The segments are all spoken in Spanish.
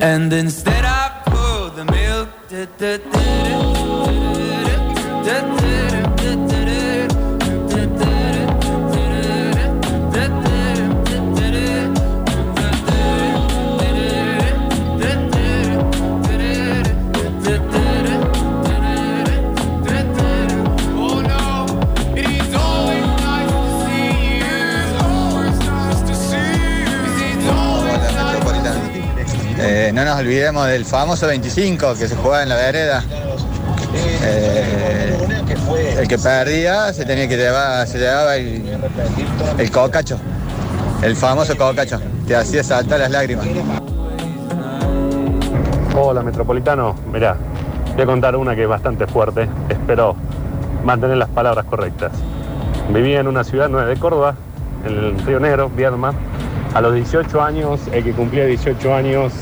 And instead I pour the milk. Oh no, it is always nice to see you. It's always nice to see you. It's always Eh, no nos olvidemos del famoso 25 que se jugaba en la vereda. Eh, el que perdía se tenía que llevar, se llevaba el, el cocacho, el famoso cocacho. Te hacía saltar las lágrimas. Hola, Metropolitano. Mirá, voy a contar una que es bastante fuerte. Espero mantener las palabras correctas. Vivía en una ciudad nueva de Córdoba, en el Río Negro, Viedma. A los 18 años, el que cumplía 18 años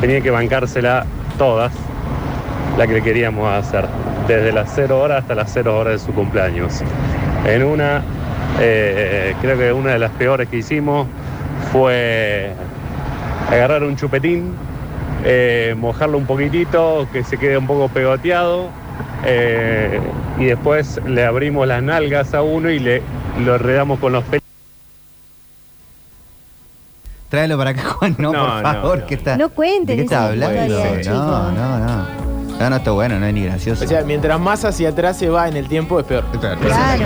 tenía que bancársela todas, la que le queríamos hacer, desde las 0 horas hasta las 0 horas de su cumpleaños. En una, eh, creo que una de las peores que hicimos fue agarrar un chupetín, eh, mojarlo un poquitito, que se quede un poco pegoteado, eh, y después le abrimos las nalgas a uno y le lo enredamos con los pelos. Tráelo para acá, Juan, no, No, por no, favor, no. que está. No cuenten ¿De qué esas está hablando? historias, No, chicos. no, no. No, no está bueno, no es ni gracioso. O sea, mientras más hacia atrás se va en el tiempo, es peor. Claro,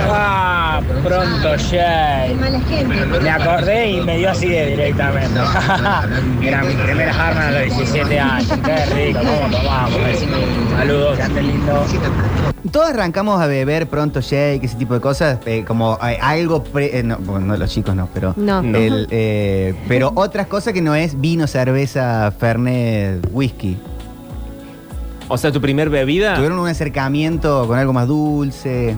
Ah, pronto hay Jay. mala gente. Me acordé y me dio así de directamente. Eran mis primeras armas a los 17 años. Qué rico, cómo tomamos. Saludos. lindo. Todos arrancamos a beber pronto shake, ese tipo de cosas, eh, como eh, algo pre- eh, no, bueno, no, los chicos no, pero. No. No. el, eh, pero otras cosas que no es vino, cerveza, fernet, whisky. O sea, tu primer Ah. bebida, Tuvieron un acercamiento con algo más dulce.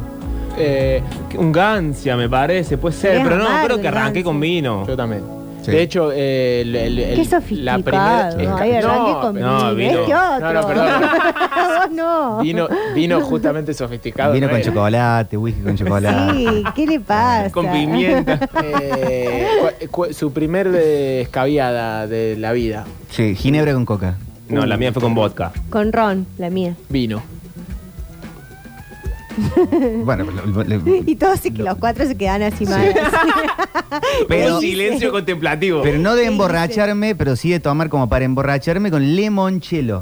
eh, un gancia, me parece, puede ser. Es Pero no, amargo creo que el arranqué Gancia. con vino. Yo también. Sí. De hecho, eh, el, el- el- Qué sofisticado. Ay, arranque con no, vino. vino. Este otro. No, no, perdón. Vos no. vino, vino justamente sofisticado. Eh, vino ¿no con era? chocolate, whisky con chocolate. Sí, ¿qué le pasa? Con pimienta. Eh, cu- cu- su primer eh, escabiada de la vida, Sí, ginebra con coca. No, la mía fue con vodka. Con ron, la mía. vino. Bueno, lo- lo- lo- Y todos se- los cuatro se quedan así mal. Pero Pero- un silencio contemplativo. Pero no de Sí, emborracharme, pero sí de tomar como para emborracharme con limonchelo.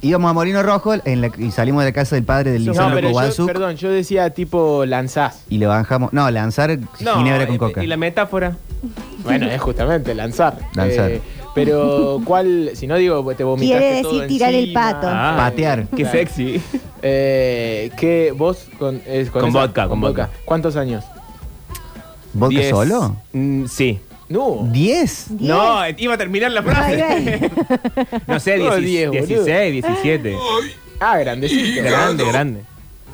Íbamos a Molino Rojo en la- y salimos de la casa del padre del No, Lisandro pero yo, Kowatsuk perdón, yo decía tipo lanzás. y le bajamos. No, lanzar No, ginebra eh, con coca. ¿Y la metáfora? Bueno, es justamente lanzar. Eh, Lanzar. pero cuál, si no digo, te vomitaste Quiere todo decir tirar el encima. pato. Ah, Patear. Qué Claro. sexy. Eh, ¿Qué vos con, eh, Con vodka, con vodka. ¿Cuántos años? ¿Vodka Diez. solo? Mm, sí. No. ¿Diez? Diez. No, iba a terminar la frase. Ay, ay. no sé, No, dieci- diez, boludo. 16, 17. Ah, grandecito. Grande, grande.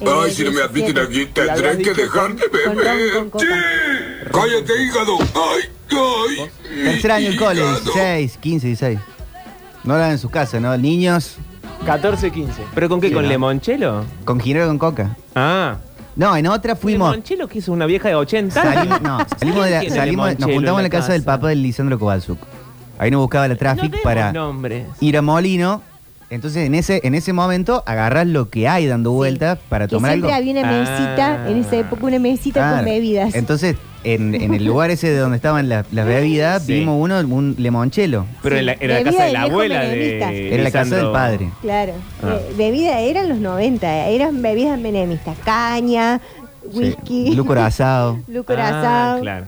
Eh, Ay, si no me admiten aquí, 17. La tendré habías que dicho dejar de con ron, beber. con ¡Sí! coca. ¡Cállate, hígado! ¡Ay, ay! Tercer año el cole, 16, 15, 16. No la en sus casas, ¿no? Niños 14, 15. ¿Pero con qué? Sí, ¿Con ¿no? limonchelo? con ginebra con coca. Ah. No, en otra fuimos. ¿Limonchelo que hizo una vieja de 80? Salimos, no, salimos de la- ¿Quién tiene salimos- nos limonchelo juntamos en la casa del papá del Lisandro Kowatsuk. Ahí nos buscaba la No traffic vemos para. nombres. ir a Molino. Entonces, en ese, en ese momento, agarras lo que hay dando vueltas para Que tomar algo. siempre había una mesita, Ah. en esa época una mesita con Claro. bebidas. Entonces, en, en el lugar ese de donde estaban las las bebidas, Sí. vimos uno, un lemonchelo. Pero en la, era la Bebida casa de de la viejo abuela menemista. de. Era la casa del Lisandro. padre. claro. Ah. Eh, bebida eran los 90, eran bebidas menemistas. Caña, whisky. Sí. Lúcor asado, Lucor Ah, asado. claro.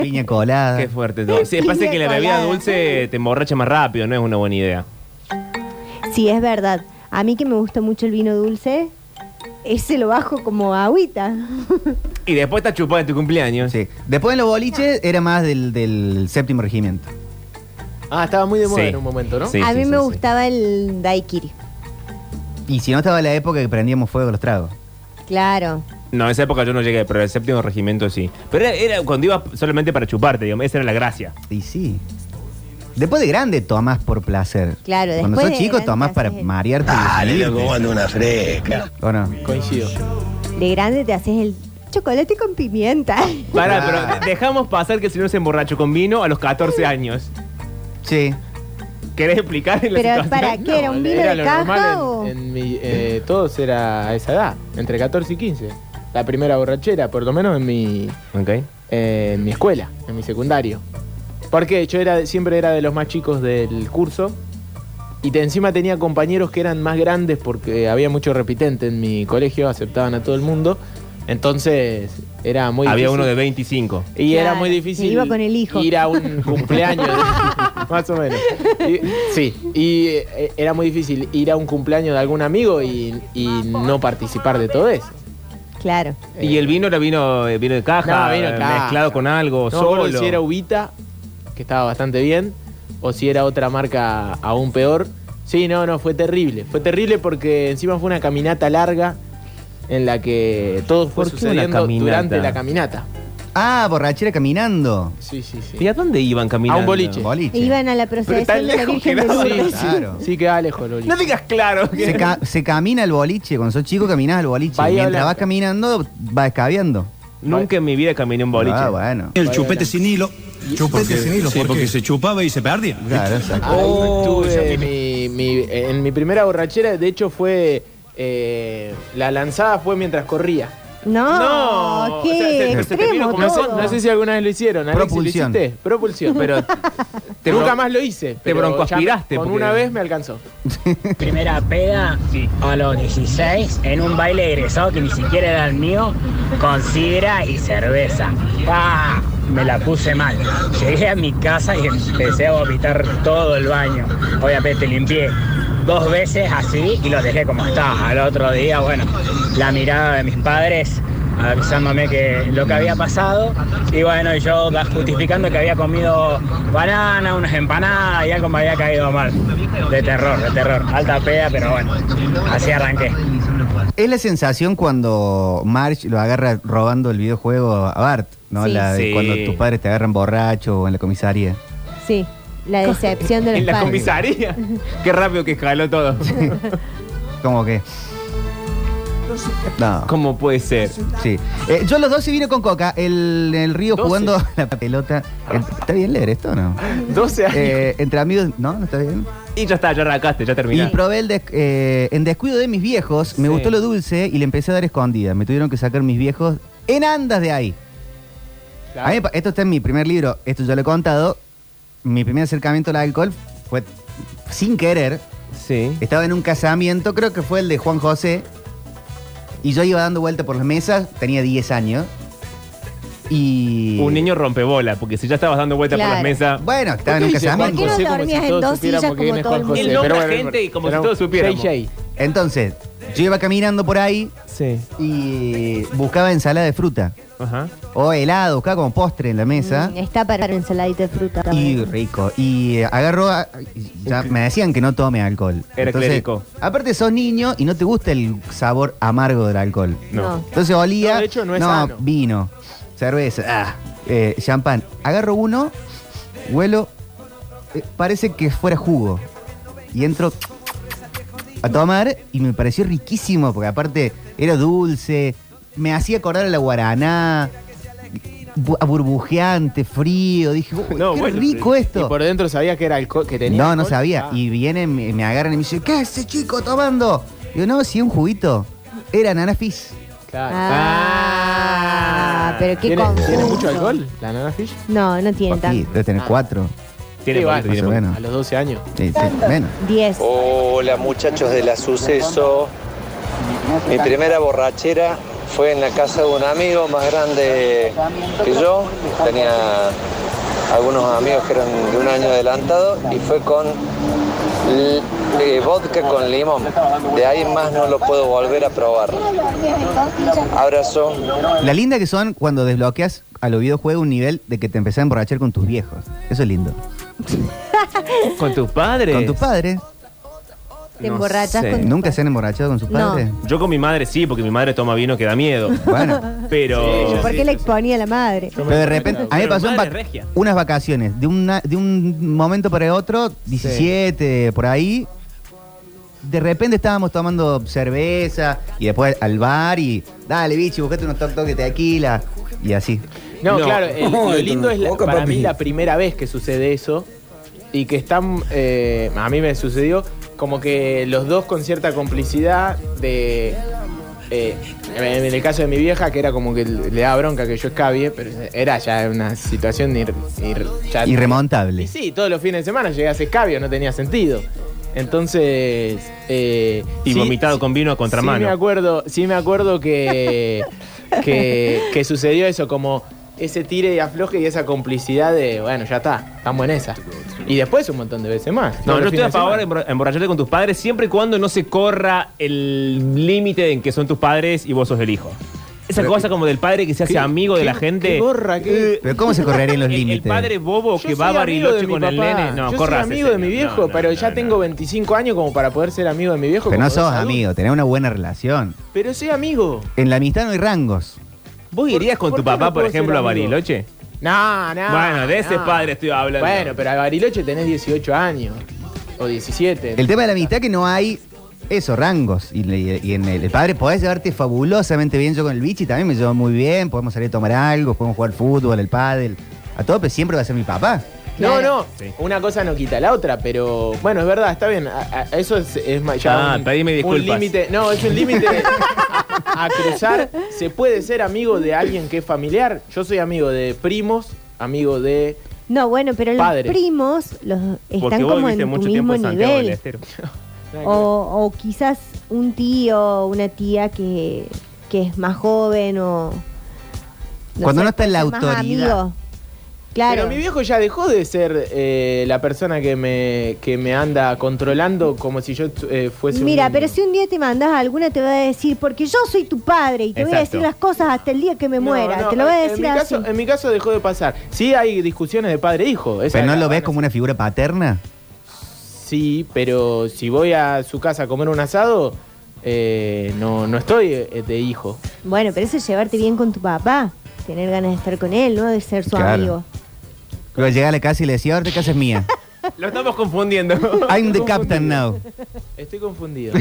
piña Ah. colada. Qué fuerte todo. Sí, pasa que la bebida Colada. dulce te emborracha más rápido, no es una buena idea. Sí, es verdad. A mí que me gusta mucho el vino dulce, ese lo bajo como agüita. Y después estás chupada de tu cumpleaños. Sí. Después en los boliches era más del, del séptimo regimiento. Ah, estaba muy de moda Sí. en un momento, ¿no? Sí, a sí, mí sí, me sí. gustaba el daiquiri. Y si no estaba la época que prendíamos fuego los tragos. Claro. No, en esa época yo no llegué, pero el séptimo regimiento sí. Pero era, era cuando ibas solamente para chuparte, digamos, esa era la gracia. Y sí. Después de grande tomás por placer. Claro, Cuando después sos de chico grande tomás para haces el- marearte. y Dale, desalirte. loco, anda una fresca. ¿O no? Coincido. De grande te haces el chocolate con pimienta. Pará, Ah. pero dejamos pasar que el señor se emborrachó con vino a los 14 años. Sí. ¿Querés explicar la Pero situación? para qué era un vino Era de lo normal caja en- o en, mi, eh, todos era a esa edad, entre 14 y 15. La primera borrachera, por lo menos en mi, Ok. eh, en mi escuela, en mi secundario. Porque yo era, siempre era de los más chicos del curso y de encima tenía compañeros que eran más grandes porque había mucho repitente en mi colegio, aceptaban a todo el mundo. Entonces era muy Había difícil. uno de 25. Y era Claro, muy difícil me iba con el hijo. ir a un cumpleaños. más o menos. Y- sí, y eh, era muy difícil ir a un cumpleaños de algún amigo y, y no participar de todo eso. claro. ¿Y el vino era vino, eh, vino de caja? No, vino de eh, caja. ¿Mezclado con algo? No me acuerdo ¿Solo? si era Ubita, que estaba bastante bien, o si era otra marca aún peor. Sí, no, no, fue terrible. Fue terrible porque encima fue una caminata larga en la que todo fue ¿Por qué una sucediendo caminata? durante la caminata. Ah, borrachera caminando. Sí, sí, sí. ¿Y a dónde iban caminando? A un boliche. Boliche. E Iban a la tan procesión de la lejos Virgen que de era, Sí, Lourdes. claro. Sí, quedaba lejos, Loli. No digas claro. que- Se, ca- se camina al boliche, cuando sos chico caminás al boliche. Bahía Mientras Blanca. vas caminando, vas escabeando. Nunca en mi vida caminé un boliche. Ah, bueno. El chupete sin hilo. Chupete sin hilo. Sí, porque se chupaba y se perdía. Claro, exacto. Ahí Oh, tuve ya tiene- eh, mi- mi- en mi primera borrachera, de hecho, fue. eh, la lanzada fue mientras corría. No, No, qué o sea, se- se te vino extremo como todo. son, No sé si alguna vez lo hicieron. Alexis, Propulsión. ¿lo hiciste? Propulsión. Pero te Nunca bro- más lo hice. te pero broncoaspiraste, ya Con porque- una vez me alcanzó. Primera peda a los 16 en un baile egresado que ni siquiera era el mío, con sidra y cerveza. ¡Pah! Me la puse mal. Llegué a mi casa y empecé a vomitar todo el baño. Obviamente limpié dos veces así y lo dejé como estaba. Al otro día, bueno, la mirada de mis padres avisándome que lo que había pasado y bueno yo justificando que había comido banana, unas empanadas y algo me había caído mal. De terror, de terror. Alta peda, pero bueno, así arranqué. Es la sensación cuando Marge lo agarra robando el videojuego a Bart, ¿no? Sí. La de Sí. cuando tus padres te agarran borracho o en la comisaría. Sí, la decepción de los En la padres. comisaría. Qué rápido que escaló todo. ¿Cómo que? No. ¿Cómo puede ser? Sí. Eh, yo a los 12 vino con Coca, el, en el río 12. jugando a la pelota. Eh, ¿Está bien leer esto o no? 12 años. Eh, entre amigos, no, no está bien. Y ya está, ya arrancaste, ya Y terminaste. probé el des- eh, en descuido de mis viejos, me Sí. gustó lo dulce y le empecé a dar escondida. Me tuvieron que sacar mis viejos en andas de ahí. A mí me pa- esto está en mi primer libro, esto ya lo he contado. Mi primer acercamiento al alcohol fue sin querer. Sí. Estaba en un casamiento, creo que fue el de Juan José. Y yo iba dando vuelta por las mesas, tenía 10 años. Y. Un niño rompebola, porque si ya estabas dando vueltas por las Claro. mesas. Bueno, estaba en ¿Por un qué dice Juan casamiento. ¿Por qué José no como si dormías en todos dos supiéramos sillas que viene como todo Juan el mundo? José? Él Pero nombra bueno, gente y como si era un todos supiéramos. JJ. Entonces, yo iba caminando por ahí Sí. y buscaba ensalada de fruta. Ajá. O helado, buscaba como postre en la mesa. Mm, Está para una ensaladita de fruta. Y rico. Y eh, agarró. a- ya me decían que no tome alcohol. Era clérigo. Aparte, sos niño y no te gusta el sabor amargo del alcohol. No. No. Entonces olía. No, de hecho, no es sano. vino, cerveza, ah, eh, champán. Agarro uno, huelo, eh, parece que fuera jugo. Y entro a tomar y me pareció riquísimo, porque aparte era dulce, me hacía acordar a la guaraná, bu- a burbujeante, frío. Dije, "Uy, No, qué bueno, rico Y esto. por dentro sabía que era alcohol, que tenía. No, no alcohol. sabía. Ah. Y vienen, me, me agarran y me dicen, ¿qué es ese chico tomando? Digo, no, sí, un juguito. Era nana fizz. Claro. Ah, pero qué ¿Tiene, confuso. tiene mucho alcohol la Nana Fish? No, no tiene Sí, tanto. debe tener cuatro. Tiene poquito, Sí, vale. tiene Más o poquito. menos. A los 12 años. Sí, sí, menos. 10. Oh, Hola muchachos de la suceso. Mi primera borrachera fue en la casa de un amigo más grande que yo. Tenía algunos amigos que eran de un año adelantado y fue con l- eh, vodka con limón. De ahí en más no lo puedo volver a probar. Abrazo. La linda que son cuando desbloqueas a los videojuegos un nivel de que te empezás a emborrachar con tus viejos. Eso es lindo. Con tus padres. Con tus padres. Te No emborrachas sé. con tu ¿Nunca padre. se han emborrachado con sus No. padres? Yo con mi madre sí, porque mi madre toma vino que da miedo. Bueno. Pero. ¿Por qué le exponía a la madre? Pero de repente, a mí me Pero pasó en madre vac- regia. unas vacaciones, de, una- de un momento para el otro, 17, por ahí. De repente estábamos tomando cerveza y después al bar y, dale, bicho, buscate unos toc toc de tequila. Y así. No, No. claro, el- Ay, lo lindo te es la- boca, para papi. mí la primera vez que sucede eso y que están, eh, a mí me sucedió, como que los dos con cierta complicidad de... eh, en el caso de mi vieja, que era como que le daba bronca que yo escabie, pero era ya una situación ir, ir- ya- Irremontable. y sí, todos los fines de semana llegás escabio, no tenía sentido. Entonces. eh, Y sí- vomitado con vino a contramano. Sí me acuerdo, sí me acuerdo que, que, que sucedió eso, como ese tire y afloje y esa complicidad de, bueno, ya está, estamos en esa. Y después un montón de veces más. No, Todos yo los estoy a fines de favor semana. de emborra- emborracharte con tus padres siempre y cuando no se corra el límite en que son tus padres y vos sos el hijo. Esa Pero- cosa como del padre que se hace ¿Qué- amigo de qué- la gente. qué gorra, qué- Pero ¿cómo se correrían los El- límites? El padre bobo que Yo va a soy amigo de Bariloche mi con el papá. nene. No, yo corra. soy amigo de mi viejo, pero ya tengo 25 años como para poder ser amigo de mi viejo. Pero no como sos adulto. amigo, tenés una buena relación. Pero soy amigo. En la amistad no hay rangos. ¿Vos irías con por tu qué no papá, por puedo ser ejemplo, a amigo? Bariloche? No, no. Bueno, de ese no. padre estoy hablando. Bueno, pero a Bariloche tenés 18 años. O 17. El tema de la amistad que no hay eso, rangos. Y, le- y en el, el padre podés llevarte fabulosamente bien. Yo con el bichi también me llevo muy bien. Podemos salir a tomar algo, podemos jugar fútbol, el pádel. A todo, pero siempre va a ser mi papá. No, no. Una cosa no quita la otra, pero bueno, es verdad, está bien. A- a- eso es, es ma- ya Ah, un, pedime un disculpas. límite. No, es un límite a, a cruzar. Se puede ser amigo de alguien que es familiar. Yo soy amigo de primos, amigo de. No, bueno, pero los Padres. primos los están vos como en viviste tu mucho tiempo mismo en este Santiago del nivel. Estero. O, o quizás un tío o una tía que, que es más joven o... Cuando no está en puede la ser más autoridad. amigo. Claro. Pero mi viejo ya dejó de ser eh, la persona que me, que me anda controlando como si yo eh, fuese un Mira, niño. pero si un día te mandas a alguna, te va a decir, porque yo soy tu padre y te voy a Exacto. decir las cosas hasta el día que me No, muera. no, te lo voy a en- decir en mi, así. caso, eh, en mi caso dejó de pasar. Sí hay discusiones de padre-hijo. esa Pero no la- lo ves como una figura paterna. Sí, pero si voy a su casa a comer un asado, eh, no, no estoy eh, de hijo. Bueno, pero eso es llevarte bien con tu papá. Tener ganas de estar con él, ¿no? De ser su Claro. amigo. Luego llega a la casa y le decía, ahora tu casa es mía. Lo estamos confundiendo. I'm the captain now. Estoy confundido.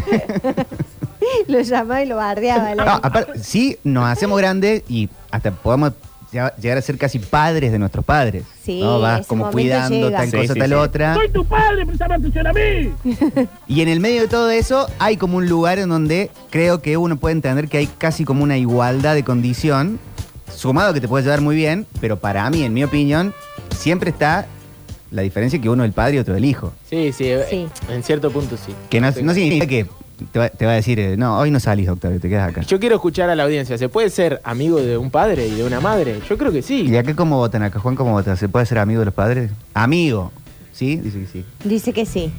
lo llamaba y lo bardeaba. No, aparte, Ah, sí, nos hacemos grandes y hasta podemos lle- llegar a ser casi padres de nuestros padres. Sí, ¿no? Vas ese como momento cuidando llega. tal Sí, cosa, sí, tal sí. otra. Soy tu padre, prestame atención a mí. Y en el medio de todo eso hay como un lugar en donde creo que uno puede entender que hay casi como una igualdad de condición, sumado que te puede llevar muy bien, pero para mí, en mi opinión, siempre está la diferencia que uno es el padre y otro es el hijo. Sí, sí, eh, en cierto punto sí. Que no, no significa que te va, te va a decir, eh, no, hoy no salís, doctor, te quedas acá. Yo quiero escuchar a la audiencia. ¿Se puede ser amigo de un padre y de una madre? Yo creo que sí. ¿Y acá cómo votan? ¿Acá Juan cómo votan? ¿Se puede ser amigo de los padres? Amigo. ¿Sí? Dice que sí. Dice que sí.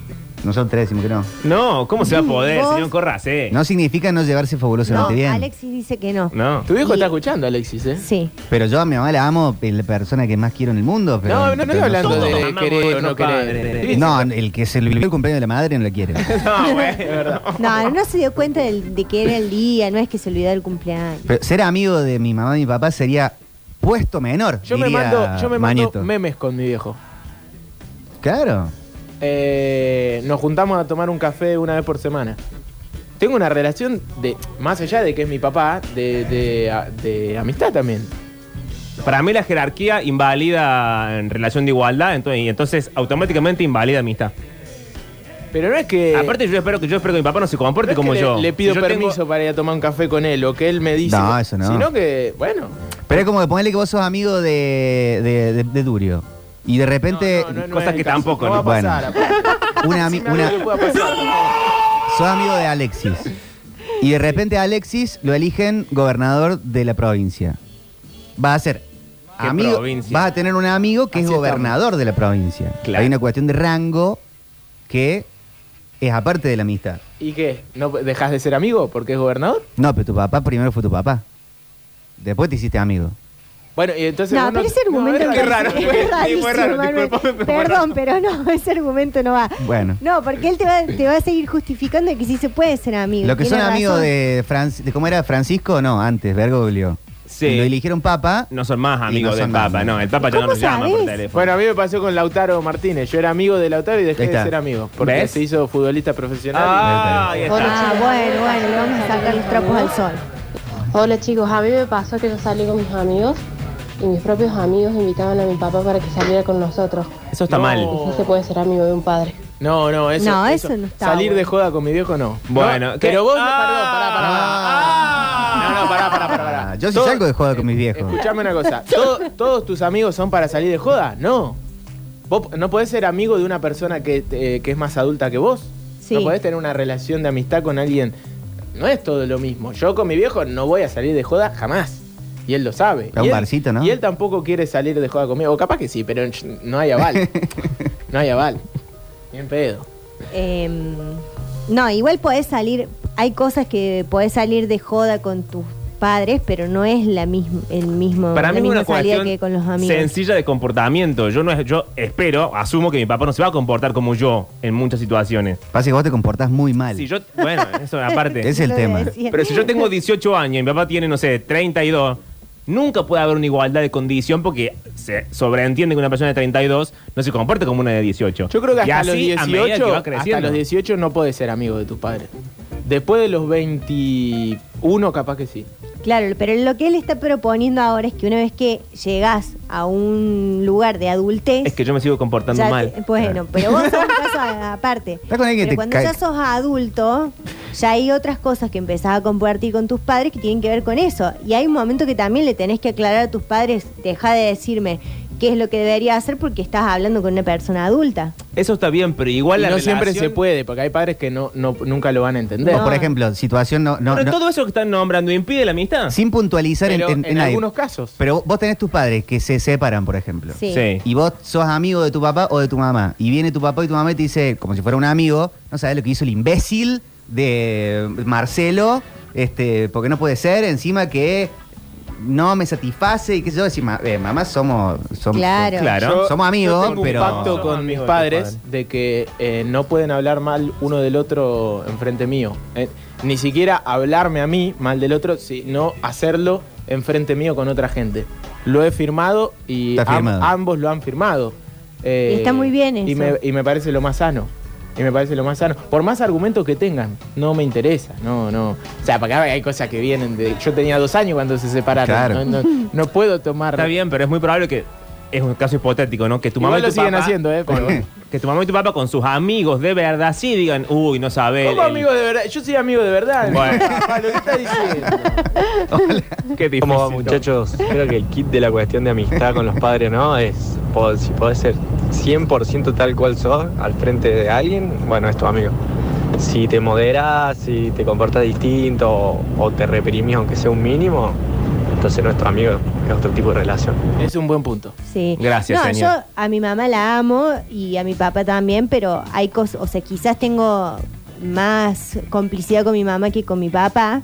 Nosotros tres decimos que no. No, ¿cómo se va a poder, Vos- señor Corras, eh? No significa no llevarse No, fabulosamente bien. Alexis dice que no. No. Tu viejo está escuchando, Alexis, ¿eh? Sí. Pero yo a mi mamá la amo, es la persona que más quiero en el mundo. Pero No, no, no estoy pero hablando sé. de querer o no querer. No, el que se le olvidó el cumpleaños de la madre no la quiere. No, güey, es verdad. No, no se dio cuenta del- de que era el día, no es que se olvidó el cumpleaños. Pero ser amigo de mi mamá y mi papá sería puesto menor. Yo me diría mando, yo me Mañeto. mando memes con mi viejo. Claro. Eh, nos juntamos a tomar un café una vez por semana. Tengo una relación de, más allá de que es mi papá, de, de- a- de amistad también. Para mí la jerarquía invalida en relación de igualdad, entonces, y entonces automáticamente invalida amistad. Pero no es que. Aparte yo espero que yo espero que mi papá no se comporte Eh, no es como que le- yo. Le, pido Si yo tengo- permiso para ir a tomar un café con él o que él me dice. No, eso no. Sino que, bueno. Pero es como que ponele que vos sos amigo de, de, de- de Durio. Y de repente. cosas que tampoco, ¿no? ¿no? Bueno, una, ami- una- sos amigo de Alexis. Y de repente a Alexis lo eligen gobernador de la provincia. Va a ser ¿Qué amigo. provincia? Vas a tener un amigo que es gobernador de la provincia. Hay una cuestión de rango que es aparte de la amistad. ¿Y qué? ¿No dejas de ser amigo porque es gobernador? No, pero tu papá primero fue tu papá. Después te hiciste amigo. Bueno, y entonces. No, vos pero ese argumento No, me es parece- raro. es rarísimo, Manuel. Perdón, pero no, ese argumento no va. Bueno. No, porque él te va, te va a seguir justificando de que sí se puede ser amigo. Lo que son Tiene amigos razón. de, Franci- de cómo era Francisco, no, antes, Bergoglio. Sí. Y Lo eligieron papa. No son más amigos no del son Papa, más. no, el Papa ya no nos llama por teléfono. Bueno, a mí me pasó con Lautaro Martínez. Yo era amigo de Lautaro y dejé Ahí de está. ser amigo. Porque ¿Ves? se hizo futbolista profesional. y- Ah, bueno, bueno, le vamos a sacar los trapos al sol. Hola chicos, a mí me pasó que yo salí con mis amigos y mis propios amigos invitaban a mi papá para que saliera con nosotros. Eso está No. mal. Quizás se puede ser amigo de un padre. No, no, eso No, eso no está Salir de bueno. joda con mi viejo no. Bueno, No, ¿qué? pero vos no, Ah. perdón, pará, pará, pará. No, no, pará, pará, pará, pará. Eh, Ah, yo sí salgo de joda con mis viejos. Escuchame una cosa. ¿todo- ¿Todos tus amigos son para salir de joda? No. Vos no podés ser amigo de una persona que, te- que es más adulta que vos. Sí. No podés tener una relación de amistad con alguien. No es todo lo mismo. Yo con mi viejo no voy a salir de joda jamás. Y él lo sabe. A un Y él- barcito, ¿no? Y él tampoco quiere salir de joda conmigo. O capaz que sí, pero ch- no hay aval. no hay aval. Bien pedo. Em, no, igual podés salir, hay cosas que podés salir de joda con tus padres, pero no es la misma, el mismo, Para mí la es misma una salida cuestión que con los amigos. sencilla de comportamiento. Yo no es, yo espero, asumo que mi papá no se va a comportar como yo en muchas situaciones. Pasa que vos te comportás muy mal. Si yo, bueno, eso aparte. Es el Lo tema. decía. Pero si yo tengo 18 años y mi papá tiene, no sé, 32, nunca puede haber una igualdad de condición porque se sobreentiende que una persona de 32 no se comporta como una de 18. Yo creo que Y hasta los así, a medida que 18, va hasta creciendo. los 18 no podés ser amigo de tus padres. Después de los 21 capaz que sí. Claro, pero lo que él está proponiendo ahora es que una vez que llegás a un lugar de adultez, Es que yo me sigo comportando ya mal. te- bueno, pero vos sos un caso a- aparte. Está con alguien que te Pero cuando cae- ya sos adulto, ya hay otras cosas que empezás a compartir con tus padres que tienen que ver con eso. Y hay un momento que también le tenés que aclarar a tus padres, deja de decirme qué es lo que debería hacer porque estás hablando con una persona adulta. Eso está bien, pero igual Y la no siempre relación- se puede, porque hay padres que no, no- nunca lo van a entender. O, por ejemplo, situación no. no, Pero no- todo eso que están nombrando impide la amistad. Sin puntualizar en- Pero en, en nadie. algunos casos. Pero vos tenés tus padres que se separan, por ejemplo. Sí. Sí. Y vos sos amigo de tu papá o de tu mamá. Y viene tu papá y tu mamá y te dice, como si fuera un amigo, no sabes lo que hizo el imbécil de Marcelo, este, porque no puede ser, encima que no me satisface y qué sé yo, decís, "Ma- eh, mamá somos, somos Claro. Yo- somos amigos, yo tengo pero un pacto con mis padres de que eh, no pueden hablar mal uno del otro enfrente mío. Eh, ni siquiera hablarme a mí mal del otro, sino hacerlo enfrente mío con otra gente. Lo he firmado y Está am- firmado. ambos lo han firmado. Eh, Y está muy bien Y eso. me, y me parece lo más sano. Y me parece lo más sano. Por más argumentos que tengan, no me interesa. No, no. O sea, para acá hay cosas que vienen de. Yo tenía dos años cuando se separaron. Claro. No, no- no puedo tomar. Está bien, pero es muy probable que es un caso hipotético, ¿no? Que tu Igual mamá y lo tu siguen papá haciendo, ¿eh? con- Pero- que tu mamá y tu papá con sus amigos de verdad sí digan, uy, no sabes. ¿Cómo amigo de verdad? Yo soy amigo de verdad. Bueno. Papá, lo que está diciendo. Qué difícil. ¿Cómo va, muchachos? Creo que el kit de la cuestión de amistad con los padres, ¿no? Es po- si podés ser 100% tal cual sos al frente de alguien, bueno, es tu amigo. Si te moderas, si te comportas distinto o, o te reprimís aunque sea un mínimo, entonces no es tu amigo, es otro tipo de relación. Es un buen punto. Sí. Gracias, no, señor. yo a mi mamá la amo y a mi papá también, pero hay cosas, o sea, quizás tengo más complicidad con mi mamá que con mi papá,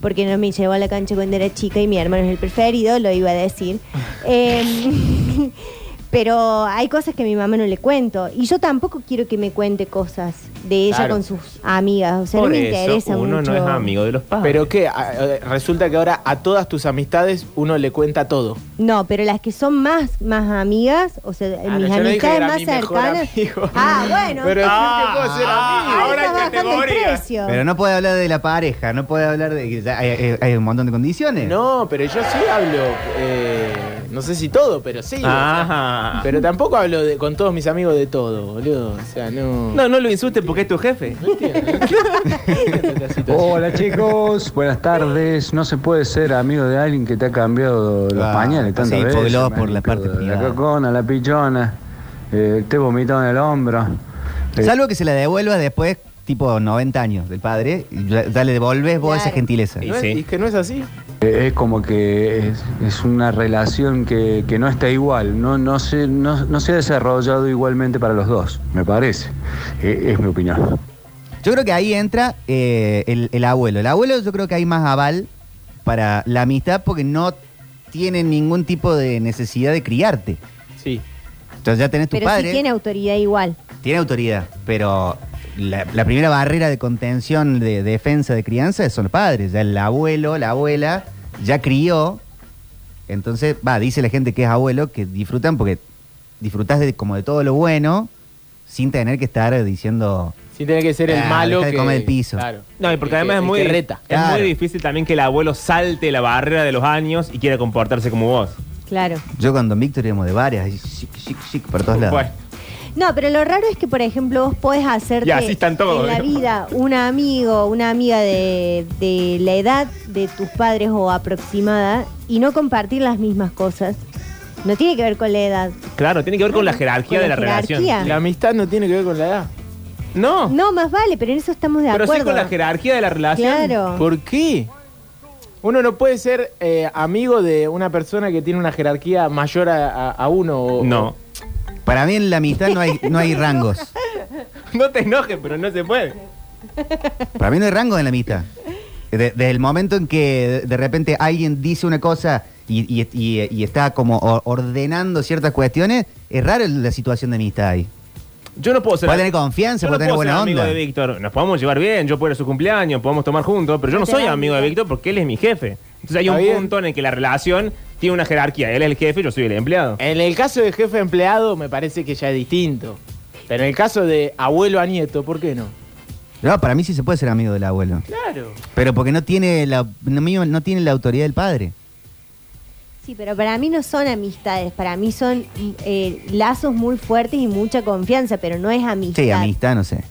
porque no me llevó a la cancha cuando era chica y mi hermano es el preferido, lo iba a decir. Em, pero hay cosas que a mi mamá no le cuento y yo tampoco quiero que me cuente cosas de ella Claro. con sus amigas, o sea, Por no me eso interesa uno mucho. no es amigo de los padres. Pero qué, A- a- resulta que ahora a todas tus amistades uno le cuenta todo. No, pero las que son más más amigas, o sea, Ah, no, mis yo no dije que amistades era más mi mejor cercanas. Ah, bueno. Pero entonces- sí que puedo ser amigo. ahora está bajando el precio. Pero no puede hablar de la pareja, no puede hablar de. ya Hay, hay- hay un montón de condiciones. No, pero yo sí hablo, eh, no sé si todo, pero sí. o sea, Ajá. pero tampoco hablo de- con todos mis amigos de todo, boludo. O sea, no. No, no lo insultes porque es tu jefe. Hola chicos, buenas tardes. No se puede ser amigo de alguien que te ha cambiado los Ah, pañales tantas sí, veces. fogló por la manico, parte La privada. cocona, la pichona, eh, te vomitó en el hombro. Eh, Salvo que se la devuelva después, tipo 90 años del padre, y ya, ya le devolves vos esa gentileza. ¿No es- y que no es así. eh, es como que es, es una relación que, que no está igual, no, no, se, no, no se ha desarrollado igualmente para los dos, me parece. Eh, es mi opinión. Yo creo que ahí entra eh, el, el abuelo. El abuelo yo creo que hay más aval para la amistad porque no tiene ningún tipo de necesidad de criarte. Sí. Entonces ya tenés tu Pero padre, sí tiene... tiene autoridad igual. autoridad, pero la, la primera barrera de contención, de, defensa, de crianza son los padres. Ya el abuelo, la abuela, ya crió. Entonces, va, dice la gente que es abuelo que disfrutan porque disfrutás de, como de todo lo bueno sin tener que estar diciendo... Sí tiene que ser el Ah, malo dejá de que comer el piso. Claro. No, y porque El que- además es el muy, que reta. es muy difícil también que el abuelo salte la barrera de los años y quiera comportarse como vos. Claro. Yo con Don Víctor íbamos de varias, y chic, chic, chic, por todos lados. Bueno. No, pero lo raro es que, por ejemplo, vos podés hacerte Ya, así están todos, en la digamos. vida un amigo, una amiga de, de la edad de tus padres o aproximada y no compartir las mismas cosas. No tiene que ver con la edad. Claro, tiene que ver con la jerarquía Ah, de Con la la jerarquía. relación. La amistad no tiene que ver con la edad. Oh. No, No, más vale, pero en eso estamos de pero sí acuerdo. con la jerarquía de la relación. Claro. ¿Por qué? Uno no puede ser eh, amigo de una persona que tiene una jerarquía mayor a, a- a uno. o- No. Para mí en la amistad no hay, no hay rangos. No te enojes, pero no se puede. Para mí no hay rangos en la amistad. De- Desde el momento en que de- de repente alguien dice una cosa y, y- y- y está como o- ordenando ciertas cuestiones, es raro la situación de amistad ahí. Yo no puedo ser. Puedo tener confianza, Yo no puedo tener puedo ser buena amigo onda. de Víctor. Nos podemos llevar bien, yo puedo ir a su cumpleaños, podemos tomar juntos, pero yo No no te soy dan amigo de Víctor porque él es mi jefe. Entonces hay Está un bien. punto en el que la relación tiene una jerarquía. Él es el jefe, yo soy el empleado. En el caso de jefe empleado me parece que ya es distinto. Pero en el caso de abuelo a nieto, ¿por qué no? No, para mí sí se puede ser amigo del abuelo. Claro. Pero porque no tiene la, no, mismo- no tiene la autoridad del padre. Sí, pero para mí no son amistades, para mí son eh, lazos muy fuertes y mucha confianza, pero no es amistad. Sí, amistad, no sé.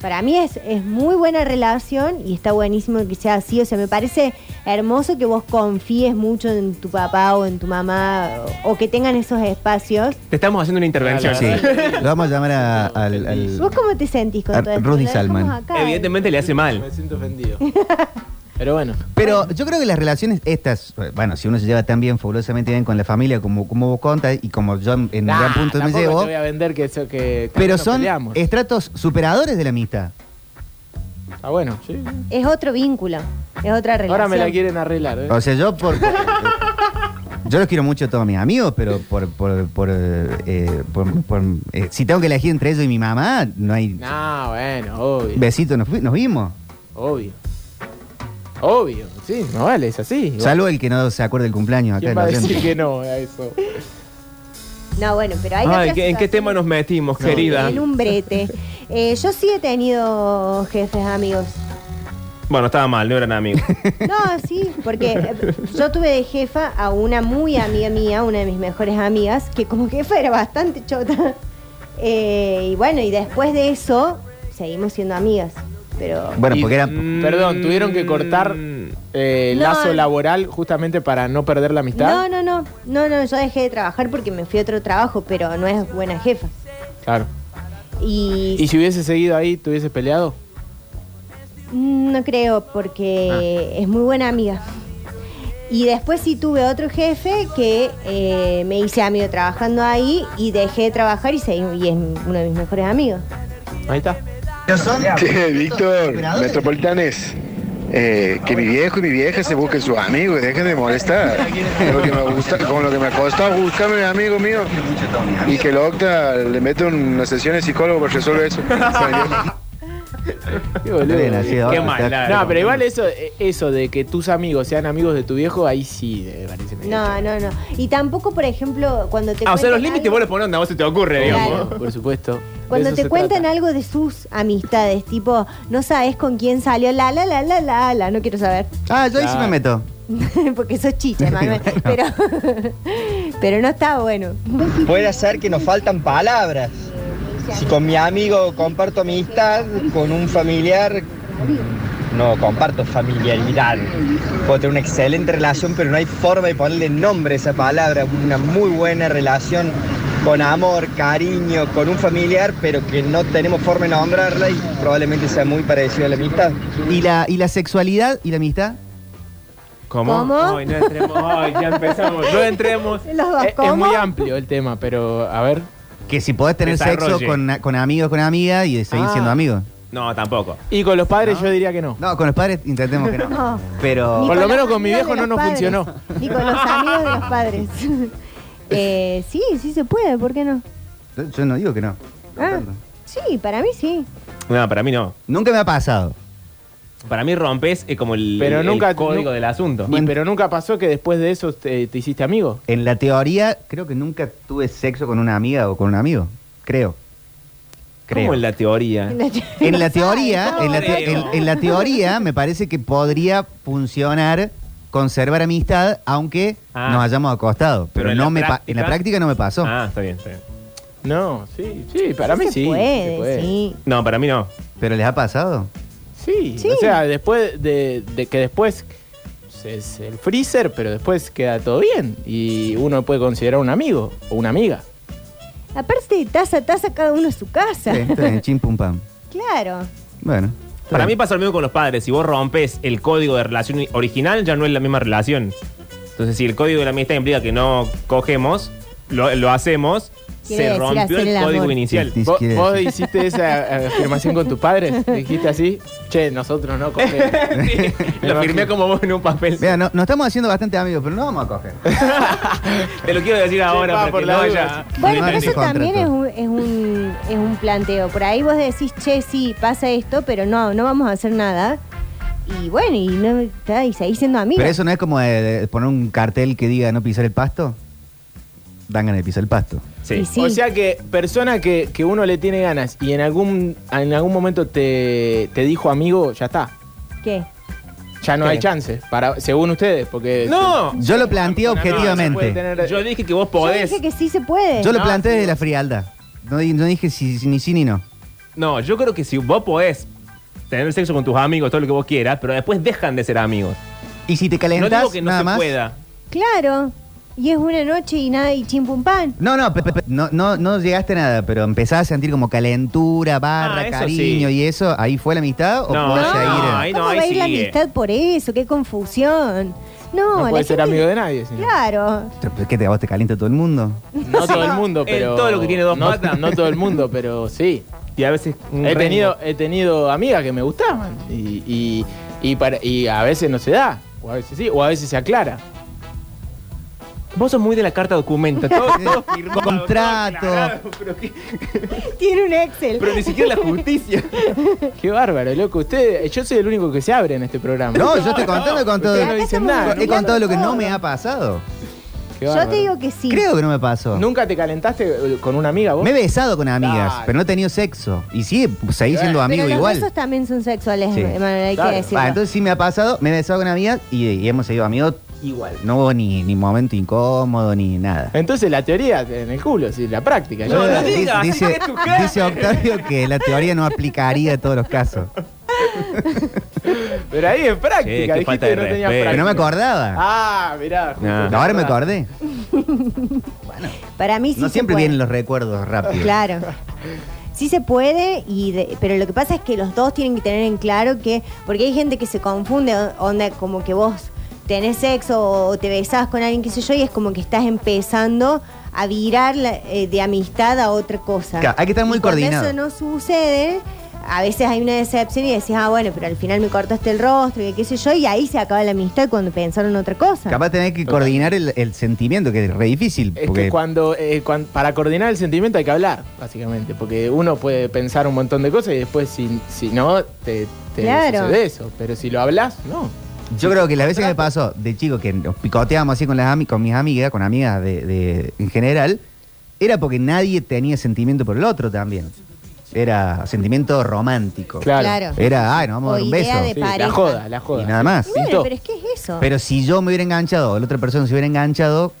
Para mí es, es muy buena relación y está buenísimo que sea así. O sea, me parece hermoso que vos confíes mucho en tu papá o en tu mamá o, o que tengan esos espacios. Te estamos haciendo una intervención. Sí. Lo vamos a llamar a- al- al- ¿Vos cómo te sentís con Ar- todo esto? Rudy Lo dejamos Salman. acá. eh. Evidentemente le hace mal. Me siento ofendido. Pero bueno. Pero yo creo que las relaciones estas, eh, bueno, si uno se lleva tan bien, fabulosamente bien con la familia, como, como vos contas y como yo en, en Nah, gran punto me tampoco te llevo, voy a vender que eso que pero nos son peleamos. estratos superadores de la amistad. Ah, bueno. sí. Es otro vínculo, es otra relación. Ahora me la quieren arreglar. ¿eh? O sea, yo por... Yo los quiero mucho a todos mis amigos, pero por, por, por, eh, por- por, eh, si tengo que elegir entre ellos y mi mamá, no hay... No, bueno, obvio. Besito, nos, fui- nos vimos. Obvio. Obvio, sí, no vale, es así. Igual. Salvo el que no se acuerde del cumpleaños. Acá ¿Quién el va a decir oyente. que no a eso? No, bueno, pero hay Ay, otras ¿qué- Ah, ¿en qué tema nos metimos, situaciones, querida? En un brete. Eh, yo sí he tenido jefes amigos. Bueno, estaba mal, no eran amigos. No, sí, porque eh, yo tuve de jefa a una muy amiga mía, una de mis mejores amigas, que como jefa era bastante chota. Eh, y bueno, y después de eso seguimos siendo amigas. Pero Bueno, porque era... mm, Perdón, tuvieron que cortar eh, No, lazo eh. laboral justamente para no perder la amistad. no, no, no, no, no, yo dejé de trabajar porque me fui a otro trabajo, pero no es buena jefa. Claro. Y, ¿Y si hubiese seguido ahí, te hubieses peleado? Mm, No creo, porque es muy buena amiga. Y después sí tuve otro jefe que eh, me hice amigo trabajando ahí y dejé de trabajar y, se- y es uno de mis mejores amigos. Ahí está. Che, Víctor, Metropolitanes. eh, que mi viejo y mi vieja se busquen sus amigos, dejen de molestar. Con lo que me gusta, con lo que me costó buscarme un amigo mío. Y que el Octa le mete una sesión de psicólogo para resolver eso. Qué boludo. Bien, así, ahora está- No, pero igual eso, eh, eso de que tus amigos sean amigos de tu viejo, ahí sí eh, parece medio No, no, no. Y tampoco, por ejemplo, cuando te Ah, o sea, cuentan los límites algo- vos los ponés donde a vos se te ocurre, Claro. digamos. Por supuesto. Cuando te cuentan algo de sus amistades, tipo, no sabes con quién salió, la, la, la, la, la, la, no quiero saber. Ah, yo ahí sí me meto. Porque sos chicha, Manuel. Pero, pero no está bueno. Puede ser que nos faltan palabras. Si con mi amigo comparto amistad, con un familiar no comparto familiaridad. Puedo tener una excelente relación, pero no hay forma de ponerle nombre a esa palabra. Una muy buena relación con amor, cariño, con un familiar, pero que no tenemos forma de nombrarla y probablemente sea muy parecida a la amistad. ¿Y la, ¿Y la sexualidad y la amistad? ¿Cómo? ¿Cómo? Ay, no entremos, ay, ya empezamos. No entremos. Es- es, muy amplio el tema, pero a ver. Que si podés tener Desarrolle. sexo con, con amigos, con amigas y seguir Ah. siendo amigos. No, tampoco. Y con los padres yo diría que no. No, con los padres intentemos que no. No. Pero. Ni Por lo los menos con mi amigos viejo de no los nos funcionó. Ni con los amigos de los padres. Eh, sí, sí se puede, ¿por qué no? Yo- Yo no digo que no. Ah, sí, para mí sí. No, para mí no. Nunca me ha pasado. Para mí rompes es como el, Pero el nunca- código nu- del asunto. Y pero nunca pasó que después de eso te, te hiciste amigo. En la teoría, creo que nunca tuve sexo con una amiga o con un amigo. Creo. Creo. ¿Cómo en la Eh. teoría? En la teoría, en la, te- creo. en- en la teoría, me parece que podría funcionar conservar amistad, aunque Ah. nos hayamos acostado. Pero, Pero en no la me pa- en práctica- la práctica no me pasó. Ah, está bien, está bien. No, sí, sí, para mí sí. se puede. No, para mí no. ¿Pero les ha pasado? Sí, o sea, después de, de que después es el freezer, pero después queda todo bien y uno puede considerar un amigo o una amiga. Aparte, taza a taza cada uno a su casa. Está bien, chin pum pam. claro. Bueno. Para mí pasa lo mismo con los padres. Si vos rompes el código de relación original, ya no es la misma relación. Entonces, si el código de la amistad implica que no cogemos, lo, lo hacemos, Quiere se decir rompió hacer el, el código amor. inicial. ¿Vos, vos hiciste esa afirmación con tus padres? Dijiste así, che, nosotros no cogemos. lo firmé como vos en un papel. Mira, no- nos estamos haciendo bastante amigos, pero no vamos a coger. Te lo quiero decir ahora, va, porque por la no duda. haya- Mi Bueno, madre pero eso se contrató. también es un, es, un, es un planteo. Por ahí vos decís, che, sí, pasa esto, pero no, no vamos a hacer nada. Y bueno, y, no, está, y seguís siendo amigos. Pero eso no es como de- de poner un cartel que diga no pisar el pasto. Dan ganas de pisar el pasto. O sea que persona que, que uno le tiene ganas y en algún, en algún momento te, te dijo amigo, ya está. ¿Qué? Ya no ¿Qué? hay chance, para, según ustedes, porque... No. Yo lo planteé No, no, no, se puede objetivamente. tener- Yo dije que vos Yo podés. dije que sí se puede. Yo lo planteé desde la frialdad. No, di- no dije si, si- ni sí ni no. No, yo creo que si vos podés tener sexo con tus amigos, todo lo que vos quieras, pero después dejan de ser amigos. Y si te No calentás, digo que no nada se más. pueda. Claro. Y es una noche y nada, y chim pum pan. No, no, pe- pe- pe- no, no, no llegaste a nada, pero empezás a sentir como calentura, barra, Ah, eso cariño y eso. ¿Ahí fue la amistad o No, podés no, seguir? ahí ¿Cómo ahí va a ir la sigue. amistad por eso? ¡Qué confusión! No, No la puede ser gente- amigo de nadie. sí. Claro. ¿Qué te, a vos te calienta todo el mundo? No todo el mundo, En pero... todo lo que tiene dos no, patas. No todo el mundo, pero sí. Y a veces. un He rengo. tenido, he tenido amigas que me gustaban y, y, y, para- y a veces no se da, o a veces sí, o a veces se aclara. Vos sos muy de la carta documento. Todo, todo firmado, todo Contrato. aclarado, pero, qué- Tiene un Excel. pero ni siquiera la justicia. Qué bárbaro, loco. Usted, yo soy el único que se abre en este programa. No, yo estoy contando con todo. Ustedes no dicen nada. He Nunca- contado lo que no me ha pasado. Qué Yo bárbaro. te digo que sí. Creo que no me pasó. ¿Nunca te calentaste eh, con una amiga vos? Me he besado con amigas, Claro. pero no he tenido sexo. Y sí, seguí siendo amigo Pero los igual. besos también son sexuales, Sí. Manuel, hay que Claro. decirlo. Va, entonces sí me ha pasado, me he besado con amigas y, y hemos seguido amigos igual. No hubo ni, ni momento incómodo ni nada. Entonces la teoría en el culo, sí, la práctica. Eh, No, Ya- no digas, dice, es tu cara. dice Octavio que la teoría no aplicaría a todos los casos. Pero ahí es Che, qué práctica, falta dijiste de que no tenías respeto. práctica. Pero no me acordaba. Ah, mirá. justo No. te Ahora me acordás. acordé. Para mí sí No se siempre puede. vienen los recuerdos rápido. Claro. Sí se puede, y de- pero lo que pasa es que los dos tienen que tener en claro que, porque hay gente que se confunde, o- onda como que vos tenés sexo o te besás con alguien, qué sé yo, y es como que estás empezando a virar la- eh, de amistad a otra cosa. Claro, hay que estar muy Y cuando coordinado. eso no sucede, a veces hay una decepción y decís, ah, bueno, pero al final me cortaste el rostro y qué sé yo, y ahí se acaba la amistad cuando pensaron otra cosa. Capaz tenés que coordinar el, el sentimiento, que es re difícil. Este Es porque- que cuando, eh, cuan- para coordinar el sentimiento hay que hablar, básicamente, porque uno puede pensar un montón de cosas y después si, si no, te, te Claro. sucede eso. Pero si lo hablas, no. Yo creo que las veces que me pasó de chico que nos picoteábamos así con, las ami- con mis amigas, con amigas de, de- en general, era porque nadie tenía sentimiento por el otro también. Era sentimiento romántico. Claro. Claro. Era, ay, nos vamos a O dar un idea beso. de Sí, la pareja. joda, la joda. Y nada más. Y bueno, Pintó. pero es que es eso. Pero si yo me hubiera enganchado o la otra persona se hubiera enganchado,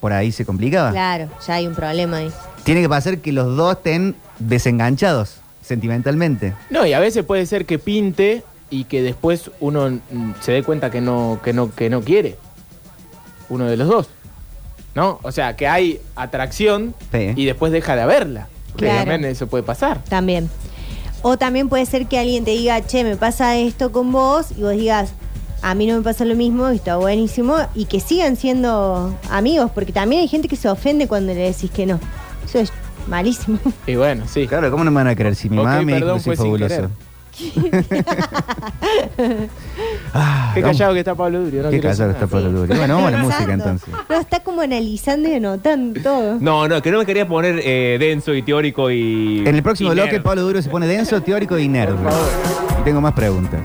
por ahí se complicaba. Claro, ya hay un problema ahí. Tiene que pasar que los dos estén desenganchados sentimentalmente. No, y a veces puede ser que pinte y que después uno mm, se dé cuenta que no, que no, que no quiere. Uno de los dos. ¿No? O sea, que hay atracción Sí. y después deja de haberla. Que Claro. también eso puede pasar. También. O también puede ser que alguien te diga, che, me pasa esto con vos, y vos digas, a mí no me pasa lo mismo, y está buenísimo, y que sigan siendo amigos, porque también hay gente que se ofende cuando le decís que no. Eso es malísimo. Y bueno, sí. Claro, ¿cómo no me van a creer si mi Ok, mamá me dijo perdón, que fue soy sin fabuloso? querer. Ah, Qué callado que está Pablo Durio. No Qué quiero decir callado nada. está Pablo Durio. Bueno, vamos a la música Pensando. entonces. No, está como analizando y anotando todo. No, no, que no me quería poner eh, denso y teórico y. En el próximo y nerd. bloque, Pablo Duro se pone denso, teórico y nerd. Y tengo más preguntas.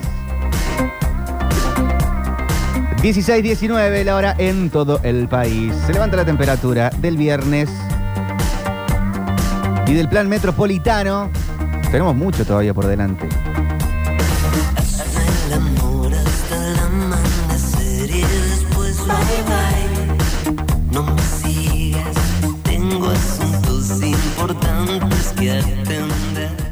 16-19 la hora en todo el país. Se levanta la temperatura del viernes y del plan metropolitano. Tenemos mucho todavía por delante. el amor hasta el amanecer y que atender.